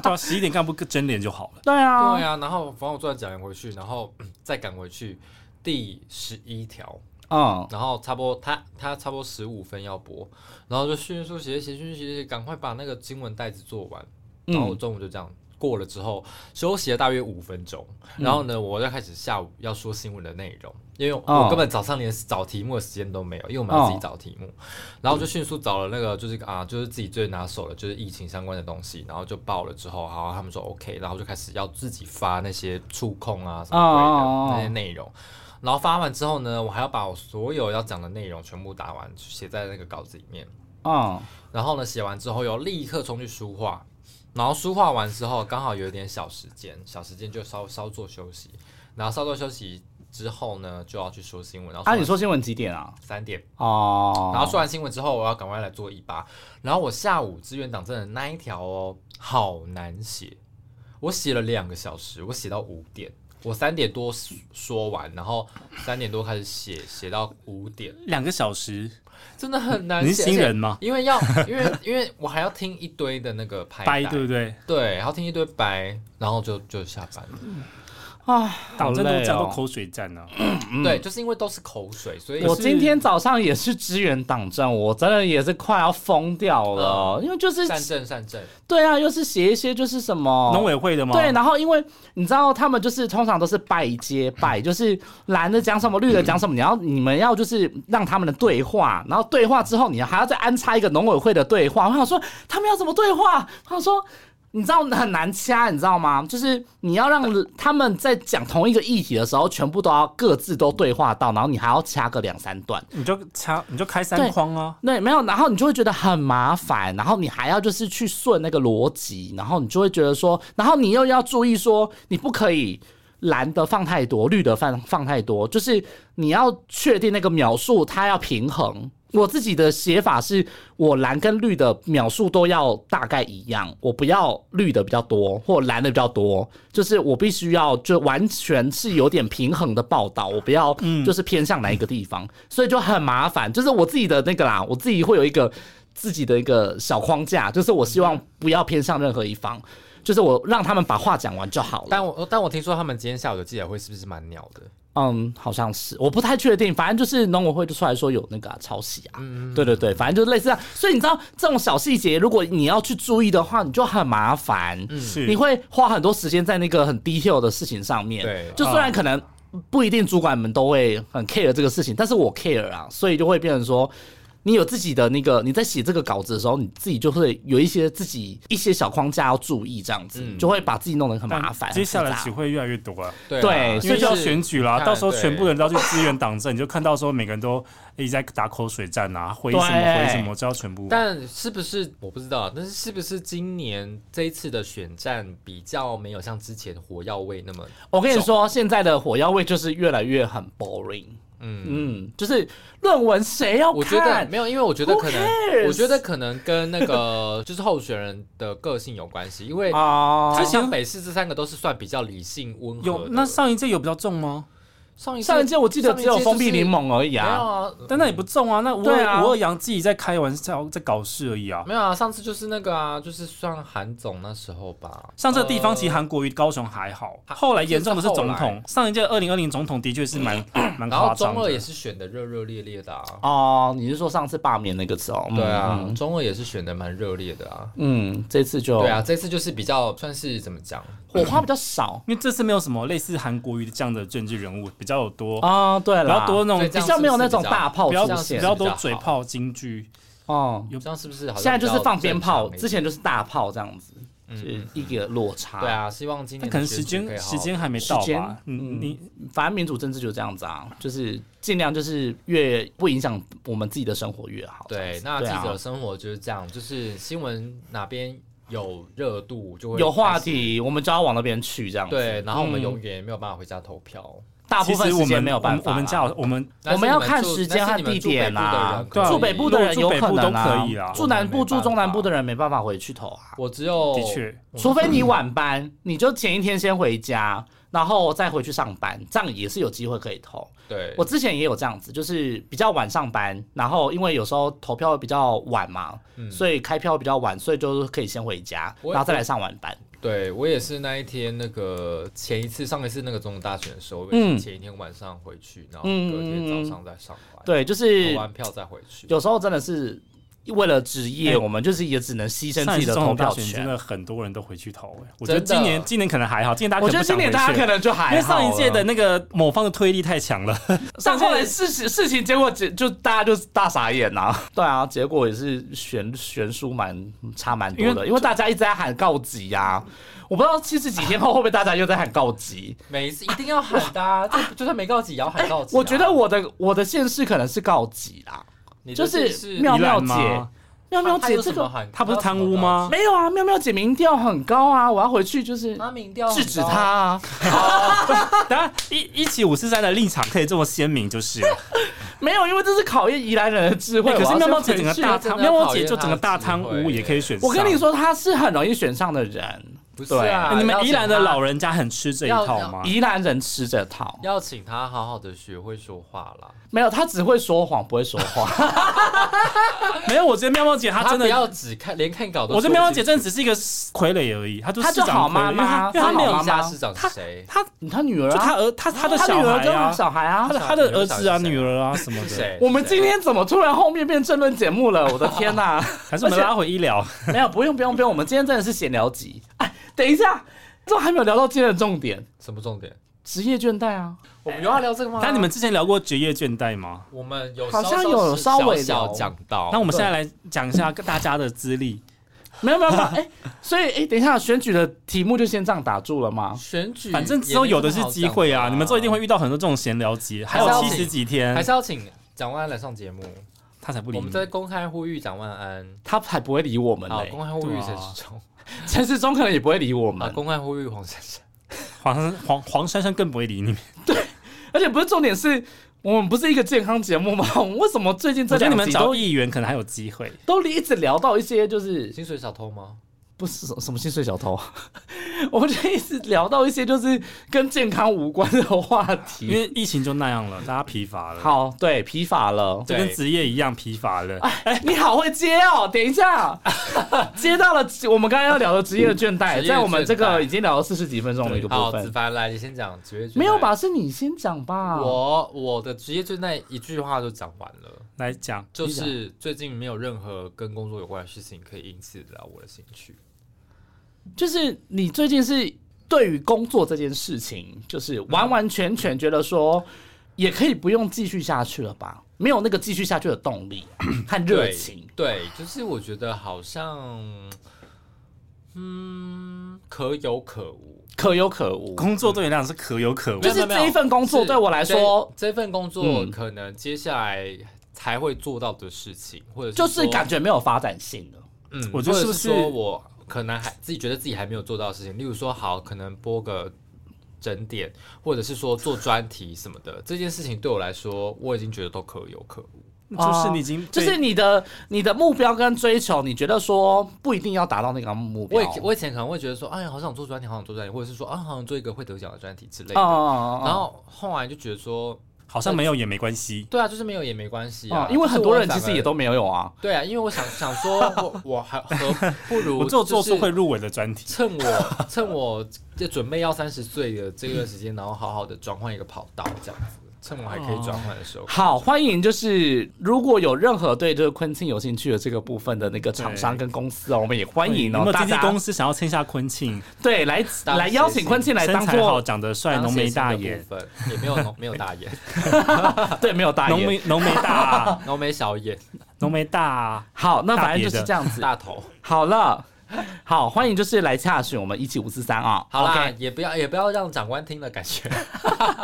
对啊，十一点干部真脸就好了。
对啊，
对呀、然后反正我做完假联回去，然后 嗯再赶回去第十一条，
嗯
然后差不多他他差不多十五分要播，然后就迅速写写迅速写写，赶快把那个经文袋子做完。然后我
嗯
中午就这样过了之后，休息了大约五分钟。
嗯
然后呢，我就开始下午要说新闻的内容，因为我
哦
根本早上连找题目的时间都没有，因为我们要自己
哦
找题目。然后就迅速找了那个就是啊，就是自己最拿手的，就是疫情相关的东西，然后就报了之后，然后他们说 OK，然后就开始要自己发那些触控啊什
哦
么鬼的那些内容。然后发完之后呢，我还要把我所有要讲的内容全部打完，写在那个稿子里面。
嗯
然后呢，写完之后又立刻冲去书画，然后书画完之后刚好有一点小时间，小时间就稍稍作休息，然后稍作休息之后呢，就要去说新闻。然后
啊，你说新闻几点啊？
三点，
哦，
然后说完新闻之后，我要赶快来做一八。然后我下午支援党政的那一条哦，好难写，我写了两个小时，我写到五点。我三点多说完，然后三点多开始写，写到五点，
两个小时，
真的很难
你
写。
是新
而且
人吗？
因为要，因为 因为我还要听一
哎
堆的那个拍
掰
带
对不对？
对，然后听一堆白，然后就就下班了。
啊，
党争都
好累
叫
哦
做口水战呢、嗯
对，就是因为都是口水，所以
我
是
今天早上也是支援党政，我真的也是快要疯掉了，
嗯
因为就是
善政善政，
对啊，又是写一些就是什么
农委会的吗？
哦对，然后因为你知道他们就是通常都是拜接 拜，就是蓝的讲什么，绿的讲什么，你要你们要就是让他们的对话，然后对话之后，你还要再安插一个农委会的对话。我想说他们要怎么对话？我想说。你知道很难掐，你知道吗？就是你要让他们在讲同一个议题的时候，全部都要各自都对话到，然后你还要掐个两三段。
你就插，你就开
对
三框啊。
对，没有，然后你就会觉得很麻烦，然后你还要就是去顺那个逻辑，然后你就会觉得说，然后你又要注意说，你不可以蓝的放太多，绿的放放太多，就是你要确定那个秒数它要平衡。我自己的写法是我蓝跟绿的秒数都要大概一样，我不要绿的比较多或蓝的比较多，就是我必须要就完全是有点平衡的报道，我不要就是偏向哪一个地方，所以就很麻烦。就是我自己的那个啦，我自己会有一个自己的一个小框架，就是我希望不要偏向任何一方，就是我让他们把话讲完就好了。
但我但我听说他们今天下午的记者会是不是蛮鸟的？
嗯，好像是，我不太确定，反正就是农委会就出来说有那个啊、抄袭啊，对对对，反正就类似这样。所以你知道这种小细节，如果你要去注意的话，你就很麻烦。
是
你会花很多时间在那个很 detail 的事情上面。
对
就虽然可能不一定主管们都会很 care 这个事情，但是我 care 啊，所以就会变成说。你有自己的那个，你在写这个稿子的时候，你自己就会有一些自己一些小框架要注意，这样子、就会把自己弄得很麻烦。
接下来
很复
只
杂
会越来越多了。
对
对
啊
因为就要选
就是
举啦，
看
到时候
对
全部人都要去支援党政，你就看到说每个人都一直在打口水战啊，挥什么
对
挥什么，就要全部。
但是不是我不知道，但是是不是今年这一次的选战比较没有像之前火药味那么
我跟你说，现在的火药味就是越来越很 boring。嗯嗯，就是论文谁要看？
我觉得没有，因为我觉得
Who
可能
cares？
我觉得可能跟那个就是候选人的个性有关系，因为
啊
台像北市这三个都是算比较理性温和
有
的。
那上一届有比较重吗？
上一
上一届我记得
上一
只
届
有封
就
闭
是
柠檬而已
没有
啊。
啊，
但那也不重啊，那吴
对啊
尔吴尔阳自己在开玩笑，在搞事而已啊。
没有啊，上次就是那个啊，就是算韩总那时候吧。
像这个地方，其实韩国瑜高雄还好，
呃
后来严重的是总
这是后
统。上一届二零二零总统的确是 蛮蛮
然
夸
后
张
中二也
的，
是选的热热烈烈的啊，
哦，你是说上次罢免那个时候？嗯
对啊，中二也是选的蛮热烈的啊。
嗯，这次就
对啊，，这次就是比较算是怎么讲，
火花比较少
因为这次没有什么类似韩国瑜这样的政治人物，比较有多
啊。对了，
比较多那
哦所以
种
这
比
样
较没有
是不
那
是
种大炮
比较
这
出
样是
现
比
不是
较多
比较好嗯
嘴炮金句。
哦。
这样是不是好像
现在就是放鞭炮，
比较
之前就是大炮这样子，就是一个落差。
嗯对，啊，希望今
但
年
可能
的
时
选举可以
间
好好
时间还没
时
到
间
吧？嗯，你
反正民主政治就是这样子啊，就是尽量就是越不影响我们自己的生活越好。这样
对，
子
那
对啊
记者生活就是这样，就是新闻哪边有热度就会
有话
开始，
题，我们就要往那边去这样子。
对，，然后我们永远没有办法回家投票。
大部
其
分
实我
时间
们
没有办法啦。
我们我们家有我们
但是
我们要
你们
看
住
时间
但
和
是你们
地
住北
点
部的
啦
人。
对啊
可
住
以
北部的人有可能
如果住北部都可以
啊
啦，
住南部、
我们没办
住
法
中南部的人没办法回去投啊，
我只有
的确，
除非你晚班，你就前一天先回家，然后再回去上班，这样也是有机会可以投。
对
我之前也有这样子，就是比较晚上班，然后因为有时候投票比较晚嘛，所以开票比较晚，所以就是可以先回家，
我也
然后再来上晚班。
对我也是那一天那个前一次上一次那个总统大选的时候，我
嗯
也是前一天晚上回去，然后隔天早上再上班，
对，就是
投完票再回去。
有时候真的是为了职业，
哎
我们就是也只能牺牲
上
自己
一次
的
总
投
统大
票
选真
权。
的很多人都回去投、哎，我觉得
真的
今年今年可能还好，今年大家
我
可
觉
能
得
不想
今
回
年大家
去
可
了。
能就还
因为
好啊
上一届
了
的那个某方的推力太强了，
但后来事情事情结果结就大家就大傻眼呐、对啊， 结果也是悬悬殊蛮差蛮多的，因
因
为
为
大家一直在喊告急呀、我不知道七十几天后会不会大家又在喊告 急。
每一次一定要喊的 啊，这就算没告急也要喊告急啊。
我觉得我的我的县市可能是告急啦，
你
就
的
是
是
妙
宜兰
妙
吗
姐，妙妙
他
姐
有
这
什么
个
喊
他不是贪污吗？
没有啊，妙妙姐民调很高啊，我要回去就是
他民调很高
制止她，啊。
当然一一起五四三的立场可以这么 鲜明，就是了。
没有，因为这是考验宜兰人的智慧。
哎可
我
是
要
妙妙
先
姐整个
回去
大
真
贪，
的
妙妙
讨
姐
厌
就
她
整个
的
大
智
贪
慧
污也可以选上。
我跟你说，她是很容易选上的人。
不是啊，
对
你
要
们
请
宜兰的
他
老人家很吃这一
要
套吗？
宜兰人吃这套，
要请他好好的学会说话啦。
没有，他只会说谎，不会说 话。
没有，我觉得妙妙姐她真
不
的，
要只看连看稿都说不清楚。
我觉得妙妙姐真的只是一个傀儡而已，她就
她
是
就好妈妈
因为她
她好
没有
妈
地下市长是谁？
她，就
你看女儿啊，
她儿她她的
他
小
女儿
孩
跟
啊，
小孩啊
她的。
小
她的
女儿小
儿子啊、
孩是谁
女儿啊什么
是
的，
谁？
我们
是谁
今天怎么突然后面变政论节目了？我的天哪、
还是我们拉回医疗？
没有，不用不用不用，我们今天真的是闲聊集。哎，等一下，这还没有聊到今天的重点，
什么重点？
职业倦怠啊。
我们有要聊这个吗？
但你们之前聊过职业倦怠吗？
我们有
好
稍
像有稍微
小小
聊
讲到，
那我们现在来讲一下大家的资历。
没有没有 没有，哎、所以哎、等一下选举的题目就先这样打住了吗？
选举
反正之后有的是机会啊，你们之后一定会遇到很多这种闲聊集，
还
还
是
有
要
七十几天
还，是要请蒋万安来上节目。
他才不理
我
你
们。在公开呼吁蒋万安，
他还不会理我们呢、
好，公开呼吁
对啊
陈世忠，
陈世忠可能也不会理我
好，
们，
公开呼吁黄珊珊。
黄珊黄黄珊珊更不会理你。
而且不是重点是。我们不是一个健康节目吗？ 我们为什么最近这
我觉
两
得你们
集
找
都
议员可能还有机会。
都一直聊到一些就是
薪水小偷吗？
不是什么薪水小偷， 我们就一直聊到一些就是跟健康无关的话
因
题。
为疫情就那样了，大家疲乏了，
嗯好，对，疲乏了。
就跟职业一样疲乏了。
哎，你好会接哦！等一下， 接到了我们刚刚要聊的职业倦
职业倦
怠，
怠
在我们这个已经聊了四十几分钟的一个部
好，子
分，
凡来，你先讲职业倦怠
没有吧？？是你先讲吧。
我我的职业倦怠一句话就讲完了。
来讲，
就是最近没有任何跟工作有关的事情可以因此得到我的兴趣。
就是你最近是对于工作这件事情，就是完完全全觉得说，也可以不用继续下去了吧？没有那个继续下去的动 力和热情。
对，就是我觉得好像，嗯，可有可无。
可有可无。
工作对你来讲是可有可无
就。是这一份工作对我来说，
这这份工作
嗯
可能接下来才会做到的事情，或者
就是是
说
感，觉没有发展性了。
嗯，
我觉得
或
是
者
不
是
是
说我可能还自己觉得自己还没有做到的事情，例如说，好，可能播个。整点，或者是说做专题什么 的，这件事情对我来说，我已经觉得都可有可无。
就是你已经
哦就
被
是你的你的目标跟追求，你觉得说不一定要达到那个目标。
我以我以前可能会觉得说，哎呀，好想做专题，好想做专题，或者是说，啊，好想做一个会得奖的专题之类的。
哦，
然后后来就觉得说，
好像没有也没关系。
对啊，就是没有也没关系啊
哦，，因为很多人
就是我
其实
反而
也都没有啊。
对啊，因为我想想说，我我还何不 如
我只有做
就是
出会入围的专题，
趁我 趁我这准备要三十岁的这段时间，然后好好的转换一个跑道，这样子，趁我还可以转换的时候。
好，欢迎就是如果有任何对这个昆汀有兴趣的这个部分的那个厂商跟公司哦，我们也欢迎
哎有没
哦，
有
大
经纪
家
公司想要签下昆庆？
对来
当
来邀请昆汀来
身
当
材好，
做
长得帅，浓眉大眼，
当谐星的部分也没有浓没有大眼，
对没有大
浓
爷。
眉浓眉大，啊
浓眉小眼，
浓眉大。啊
好，那反正
大爷
就
的
是这样子。
大头。
好了，好，欢迎就是来洽询我们一七五四三啊。
好啦
OK
也不要也不要让长官听的感觉。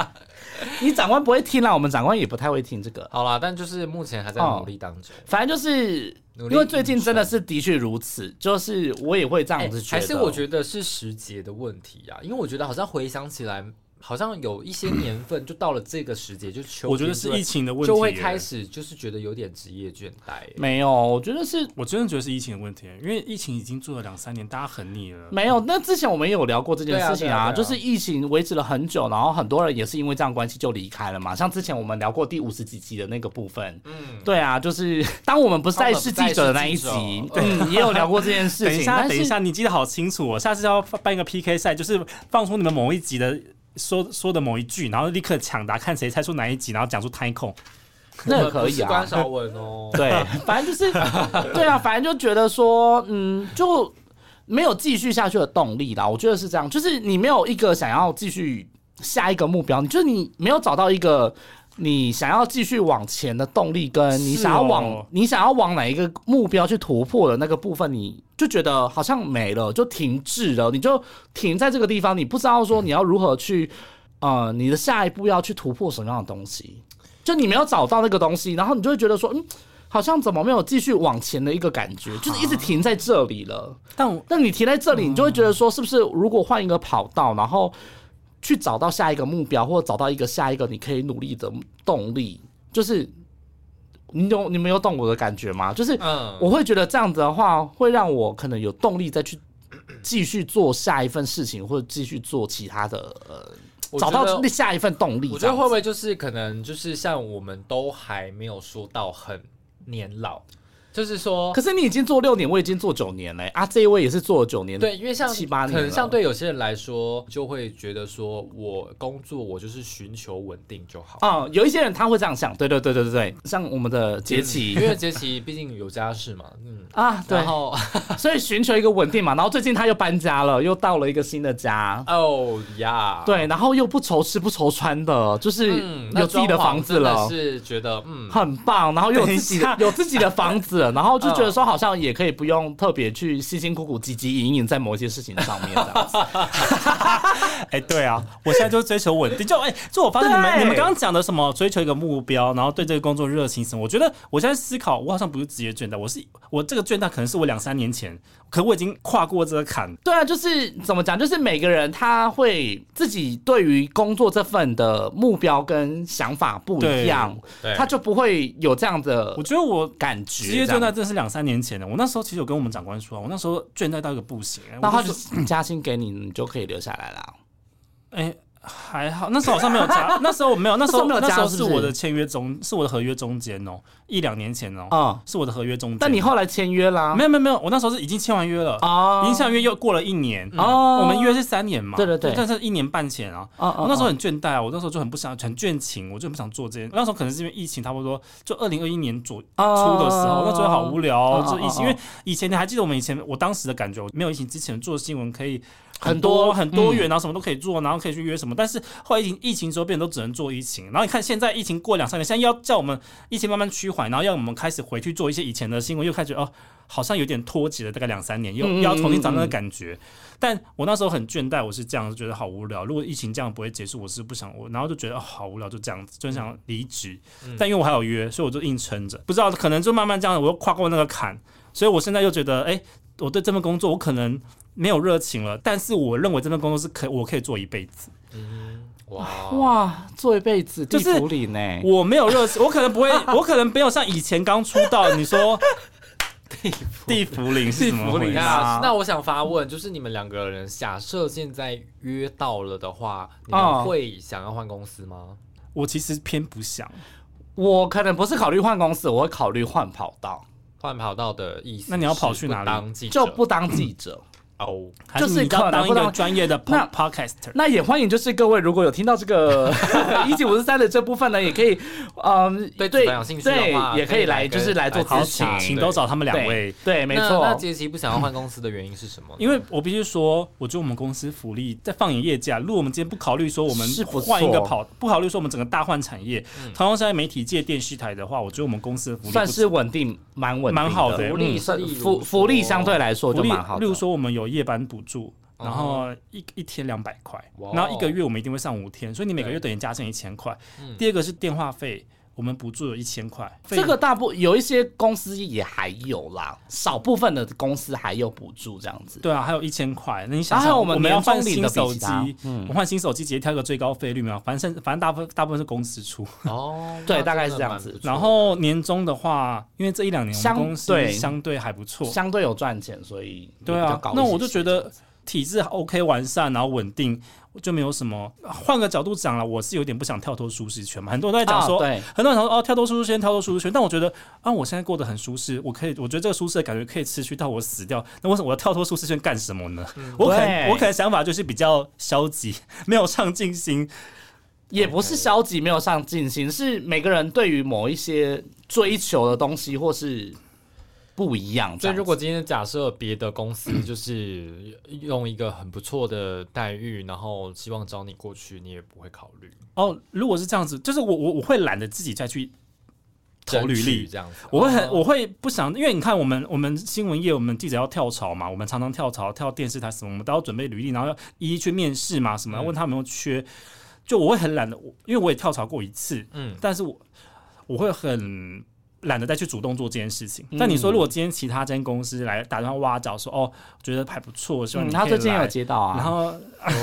你长官不会听啦，我们长官也不太会听这个。
好啦，但就是目前还在
哦
努力当中。
反正就是
努力
因为最近真的是的确如此，就是我也会这样子觉
哎还
得。
是我觉得是时节的问题啊，因为我觉得好像回想起来，好像有一些年份就到了这个时节，就秋天
我觉得是疫情的问题，
就会开。始就是觉得有点职业倦怠耶、
没有，我觉得是
我真的觉得是疫情的问题，因为疫情已经做了两三年，大家很腻了。
没有。那之前我们也有聊过这件事
对啊
情
对啊对啊
就是疫情维持了很久，然后很多人也是因为这样关系就离开了嘛。像之前我们聊过第五十几集的那个部分。
嗯，
对啊，就是当我们不再是记者的那一
当我们
集
不，再是
嗯，也有聊过这件事
等
情。
一下，
但
等
是
一下，你记得好清楚哦。下次要办一个 PK 赛，就是放出你们某一集的说说的某一句，然后立刻抢答，看谁猜出哪一集，然后讲出 time 控。
那
我
个
们
可
不
以
是
啊，
关少文哦，
对，反正就是，对啊，反正就觉得说，嗯，就没有继续下去的动力啦。我觉得是这样，就是你没有一个想要继续下一个目标，你就是你没有找到一个你想要继续往前的动力，跟你
是
想要往、
哦
你想要往哪一个目标去突破的那个部分，你就觉得好像没了，就停滞了，你就停在这个地方，你不知道说你要如何去，呃，你的下一步要去突破什么样的东西。就你没有找到那个东西，然后你就会觉得说，嗯，好像怎么没有继续往前的一个感
啊
觉，就是一直停在这里了。
但我
那你停在这里，你就会觉得说，是不是如果换一个跑道，然后去找到下一个目标，或者找到一个下一个你可以努力的动力，就是你有你们有懂我的感觉吗？就是
嗯，
我会觉得这样子的话，会让我可能有动力再去继续做下一份事情，或者继续做其他的呃，
我
找
觉得
到下一份动力
我
这
觉得
样
会不
子。
会就是可能就是像我们都还没有说到很年老，就是说
可是你已经做六年，我已经做九年嘞、啊，这一位也是做了九年，
对，，因为像
七八年
可能
了
像对有些人来说，就会觉得说我工作我就是寻求稳定就好。
啊、有一些人他会这样想，对对对对对对，像我们的杰奇
嗯因为杰奇毕竟有家室嘛，嗯，
啊， 对
然，后
所以寻求一个稳定嘛，然后最近他又搬家了，又到了一个新的家，
哦呀，，
对，然后又不愁吃不愁穿的，就是
嗯，那
有自己的
装潢
房子
真的
了，
是觉得嗯，
很棒，然后又有自己
等
的
一
有自己的房子， 然后就
嗯
觉得说好像也可以不用特别去辛辛苦苦、汲汲营营在某一些事情上面这样子。
哎、对啊，我现在就追求稳 定，就哎、就我发现你们
对
你们刚刚讲的什么追求一个目标，然后对这个工作热情什么，我觉得我现在思考，我好像不是职业倦怠，我是我这个倦怠可能是我两三年前，可我已经跨过这个坎。
对啊，就是怎么讲，就是每个人他会自己对于工作这份的目标跟想法不一样，
对
他就不会有这样的
我觉得我
感觉。
职业倦怠真的是两三年前的，哎我那时候其实有跟我们长官说啊，我那时候倦怠到一个不行，哎
然
我
后他
就
就
说
加薪给你，你就可以留下来啦。
哎、还好，那时候好像没有 加，那时候没有，那时候
那时候没有加
那时候
是
是
不是
我的签约中，是我的合约中间哦、一两年前哦、
嗯，
是我的合约中间。
但你后来签约啦，
没有没有没有，我那时候是已经签完约了，
哦
已经签完约又过了一年，
哦
我们约是三年嘛，
对对对
但是一年半前啊。
哦
我那时候很倦怠啊，我那时候就很不想，很倦情，我就很不想做这些。那时候可能是因为疫情，差不多就二零二一年左初的时候，那觉得好无聊、
哦
哦
哦。
就疫情，
哦
因为以前你还记得我们以前我当时的感觉，我没有疫情之前做新闻可以
很多嗯
多很多元，然啊后什么都可以做，然后可以去约什么。但是后来疫情疫情之后，变得都只能做疫情。然后你看现在疫情过两三年，现在要叫我们疫情慢慢趋缓，然后要我们开始回去做一些以前的新闻，又开始哦，好像有点脱节了，大概两三年，又
嗯嗯
又要重新找那
嗯
个
嗯
感觉。但我那时候很倦怠，我是这样觉得好无聊。如果疫情这样不会结束，我是不想我，然后就觉得、哦好无聊，就这样子，就很
嗯
想离职。但因为我还有约，所以我就硬撑着。不知道可能就慢慢这样，我又跨过那个坎，所以我现在又觉得，哎、我对这份工作我可能没有热情了，但是我认为这份工作是可我可以做一辈子。
哇
哇，做一辈子地
就是
府里呢。
我没有热情，我可能 不会，我可能没有像以前刚出道，你说地府灵啊是什么回事
啊那那我想发问，就是你们两个人，假设现在约到了的话，你
哦
们会想要换公司吗？
我其实偏不想。
我可能不是考虑换公司，我会考虑换跑道，
换跑道的意思是不当记者？
那你要跑去哪里
就不当记者。
哦，
还
就是
你要
可能
当一
不
个
当
专业的 po-
那
podcaster。
那也欢迎，就是各位如果有听到这个一九五十三的这部分呢，也可以，嗯，
对
对
纸板有兴趣的话
也可
可以
以来，
来跟
就是来做
好
咨询。
请都找他们两位
对，对，没
那那
错。
杰奇不想要换公司的原因是什么呢？
因为我必须说，我觉得我们公司福利在放眼业界啊，如果我们今天不考虑说我们
是不错嗯
换一个跑，不考虑说我们整个大换产业，同样是在媒体界、电视台的话，我觉得我们公司的福利
算
不
是稳定，蛮稳定，
蛮好的
的
嗯福
利
算
例如
福
说
福利相对来说
福
就
利
蛮好，的。哦
例如，说我们有夜班补助。然后一一天两百块
哇哦，
然后一个月我们一定会上五天，所以你每个月等于加成一千块。第二个是电话费，我们补助有一千块。
嗯这个大部有一些公司也还有啦，少部分的公司还有补助这样子。
对啊，还有一千块。那你想
还有
想，
我
我
们
要
年终
换
领的啊比
新手
其
机
他，
我换新手机直接挑一个最高费率嘛，反正反正大部分大部分是公司出。
哦，
对
那
大概
真的
是这样
蛮
子
不错
然后年终的话，因为这一两年我
相
们公
对
司相对还不错，
相对有赚钱，所以
对
也比较
啊
高，一
那
些
我就觉得体制 OK 完善，然后稳定，就没有什么。换个角度讲了，我是有点不想跳脱舒适圈嘛。很多人都在讲说，
啊对
很多人想说哦，跳脱舒适圈，跳脱舒适圈。但我觉得啊，我现在过得很舒适，我可以，我觉得这个舒适的感觉可以持续到我死掉。那为什么我要跳脱舒适圈干什么呢？我
嗯
可
对
能我可能想法就是比较消极， 没有上进心。
也不是消极没有上进心，是每个人对于某一些追求的东西或是不一样这
所以，
样子。
如果今天假设别的公 司就是用一个很不错的待遇，然后希望找你过去，你也不会考虑
哦，如果是这样子，就是我我我会懒得自己再去投履
争取
历，
这样子。
我会很
哦
我会不想，因为你看我们我们新闻业，我们记者要跳槽嘛，我们常常跳槽跳电视台什么，我们都要准备履历，然后要一一去面试嘛，
嗯
什么要问他们有没有缺。就我会很懒得，我因为我也跳槽过一次，
嗯
但是我我会很懒得再去主动做这件事情。但你
嗯
说，如果今天其他间公司来打电话挖角说，哦，觉得还不错，希望
嗯，
你
他
可以
最近
来
有接到啊，
然后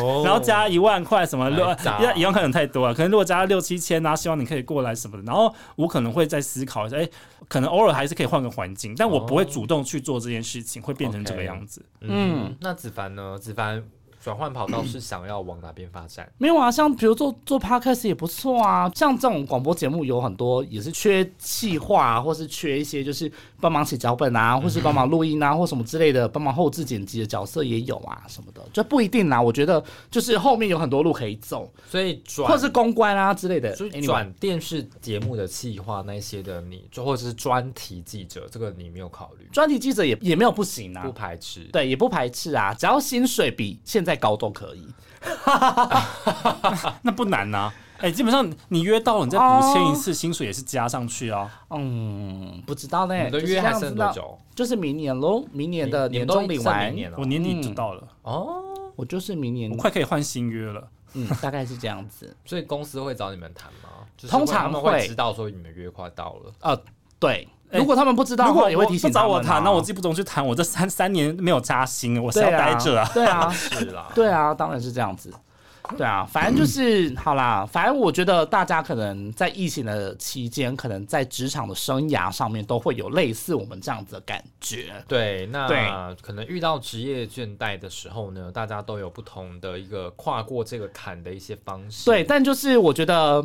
哦
然后加一万块什么六
哎
来砸，
要一万块可能太多了，可能如果加六七千啊，希望你可以过来什么的。然后我可能会再思考一下，哎，可能偶尔还是可以换个环境，但我不会主动去做这件事情，会变成这个
OK
样
哦
子。
嗯，那子凡呢？子凡转换跑道是想要往哪边发展？
没有啊，像比如做做 podcast 也不错啊，像这种广播节目有很多也是缺企划、啊，或是缺一些就是帮忙写脚本啊，或是帮忙录音啊， 或什么之类的，帮忙后置剪辑的角色也有啊，什么的，就不一定啦。我觉得就是后面有很多路可以走，
所以转
或者是公关啊之类的
就是。
Anyway，
转电视节目的企划那一些的你，就或者是专题记者，这个你没有考虑，
专题记者也也没有不行啊
不，排斥。
对，也不排斥啊，只要薪水比现在高都可以。啊
那不难呐、哎、基本上你约到了，你再补签一次，薪水也是加上去啊。
嗯，不知道呢，
你的
就是
约还
这样
剩
子
多
的？
久？
就是明年喽，明年的
你
年
们都
终领
剩
完
明，年了
我年底就到
嗯
了，
哦，
我就是明年
我快可以换新约了。
嗯，大概是这样子。
所以公司会找你们谈吗？就是
通
会
常
他们
会
会知道说你们约快到了。
呃，对，
哎
如果他们不知道，
如果
也会
我
提醒
不找
他
我
们啊
谈，那我 自己不懂去谈，我这三三年没有加薪，我是要
对啊
待着啊。
对啊，
是啦，
对啊，当然是这样子。对啊，反正就是好啦。反正我觉得大家可能在疫情的期间，可能在职场的生涯上面都会有类似我们这样子的感觉。
对，那
对
可能遇到职业倦怠的时候呢，大家都有不同的一个跨过这个坎的一些方式。
对，但就是我觉得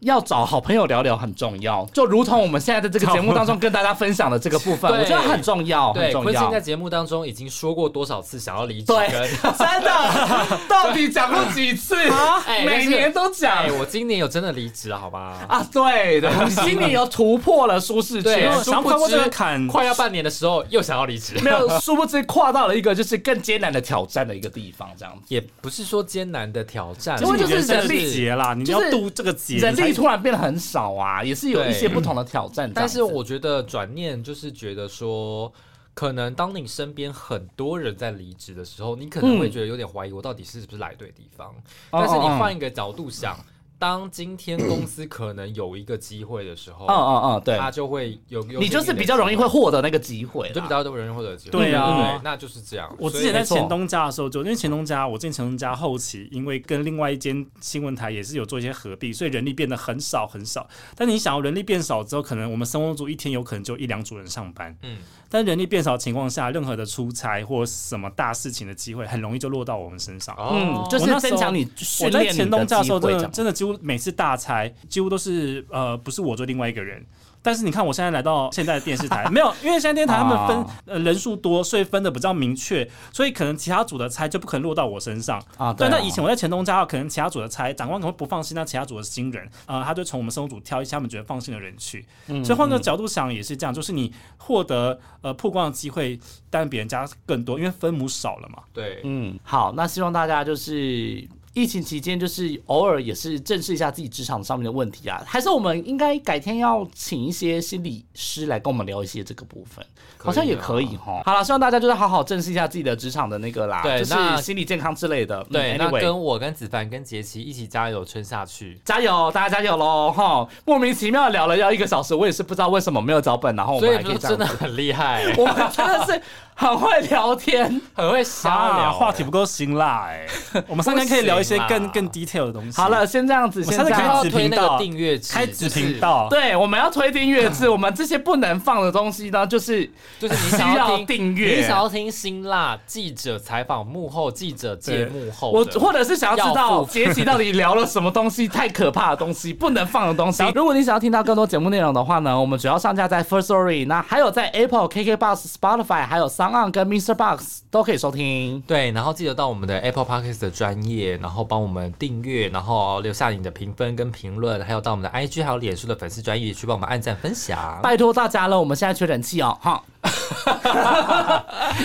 要找好朋友聊聊很重要，就如同我们现在在这个节目当中跟大家分享的这个部 分，
对
我觉得很重要，哦很
对，
重
坤现
要
在。节目当中已经说过多少次想要离职
对
跟
真的，到底讲过几 次？
哎但
每
是
年都讲
哎、。我今年有真的离职了，好吧？
啊，对的，我们今年又突破了舒适区
对，
如果
殊
想
不
跨过这
知
个坎
快要半年的时候又想要离职，
没有，殊不知跨到了一个就是更艰难的挑战的一个地方，这样子，
也不是说艰难的挑战，
因为
你
就是
人生的
人力
结啦，你
就是
要渡这个结，
人
你才
力突然变得很少啊，也是有一些不同的挑战。
但是
这样子
我觉得转念就是觉得说。可能当你身边很多人在离职的时候，你可能
嗯
会觉得有点怀疑，我到底是不是来对地方？
哦
但是你换一个角度想，当今天公司可能有一个机会的时候，
嗯嗯嗯，对，
他就会有，有
你就是比较容易会，获得那个机会啦，
就比较容易获得机会。
对啊
对那就是这样。
我
所
之
以
前在
没错
前东家的时候就，因为前东家，我之前前东家后期，因为跟另外一间新闻台也是有做一些合并，所以人力变得很少很少。但你想，人力变少之后，可能我们生活组一天有可能就一两组人上班，
嗯
嗯，但人力变少的情况下，任何的出差或什么大事情的机会，很容易就落到我们身上。
嗯
哦，
就是
我那时候
增强你
我
训
在
练你
前东家的时
机
候，
会这
真的
样。
真的几乎每次大拆，几乎都是呃，不是我就另外一个人。但是你看，我现在来到现在的电视 台，没有，因为现在电视台他们分
啊
呃人数多，所以分的比较明确，所以可能其他组的拆就不可能落到我身上
啊对
对，
啊
那以前我在前东家，可能其他组的拆，长官可能会不放心那其他组的新人，呃，他就从我们生活组挑一些他们觉得放心的人去。
嗯
所以换个角度想也是这样，就是你获得呃曝光的机会，但比人家更多，因为分母少了嘛。
对，
嗯，好，那希望大家就是疫情期间，就是偶尔也是正视一下自己职场上面的问题啊。还是我们应该改天要请一些心理师来跟我们聊一些这个部分，好像也
啊
可以哈。好了，希望大家就是好好正视一下自己的职场的那个啦，
对
就是
那
心理健康之类的。嗯
对，那
anyway
跟我、跟子凡、跟杰奇一起加油撑下去。
加油，大家加油喽！哈，莫名其妙聊了要一个小时，我也是不知道为什么没有脚本，然后我
所
们
以
还可
说
以这样
真的
子。
很厉 害，
我们真的是很会聊天。
很会瞎聊、欸
啊话题不够辛辣 哎、我们三个人可以聊一些更
不行
更
啦
detail 的东西。
好了，，先这样子，
我
先
们下
这
次
样子
开始
要推那
啊
个订阅制，
开子频，道，
对，我们要推订阅制，我们这些不能放的东西呢，就是
就是你
需
想要
要
听。
订
你
阅
想。要听辛辣记者采访幕后记者接幕后
我
的，
或者是想要知
要
道
付
杰奇到底聊了什么东西，太可怕的东西，不能放的东西。如果你想要听到更多节目内容的话呢，我们主要上架在 First Story，那还有在 Apple、KK Box、Spotify，还有 Sound On 跟 Mr. Box 都可以收听。
对，然后记得到我们的 Apple Podcast 的专业，然后帮我们订阅，然后留下你的评分跟评论，还有到我们的 IG 还有脸书的粉丝专业去帮我们按赞分享。
拜托大家了，我们现在缺人气哦，哈，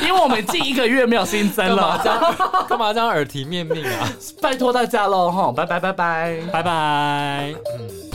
因为我们近一个月没有新增
干嘛
了，
这样？ 干嘛这样耳提面命啊？
拜托大家喽，哈，拜拜拜拜。
拜拜。
嗯。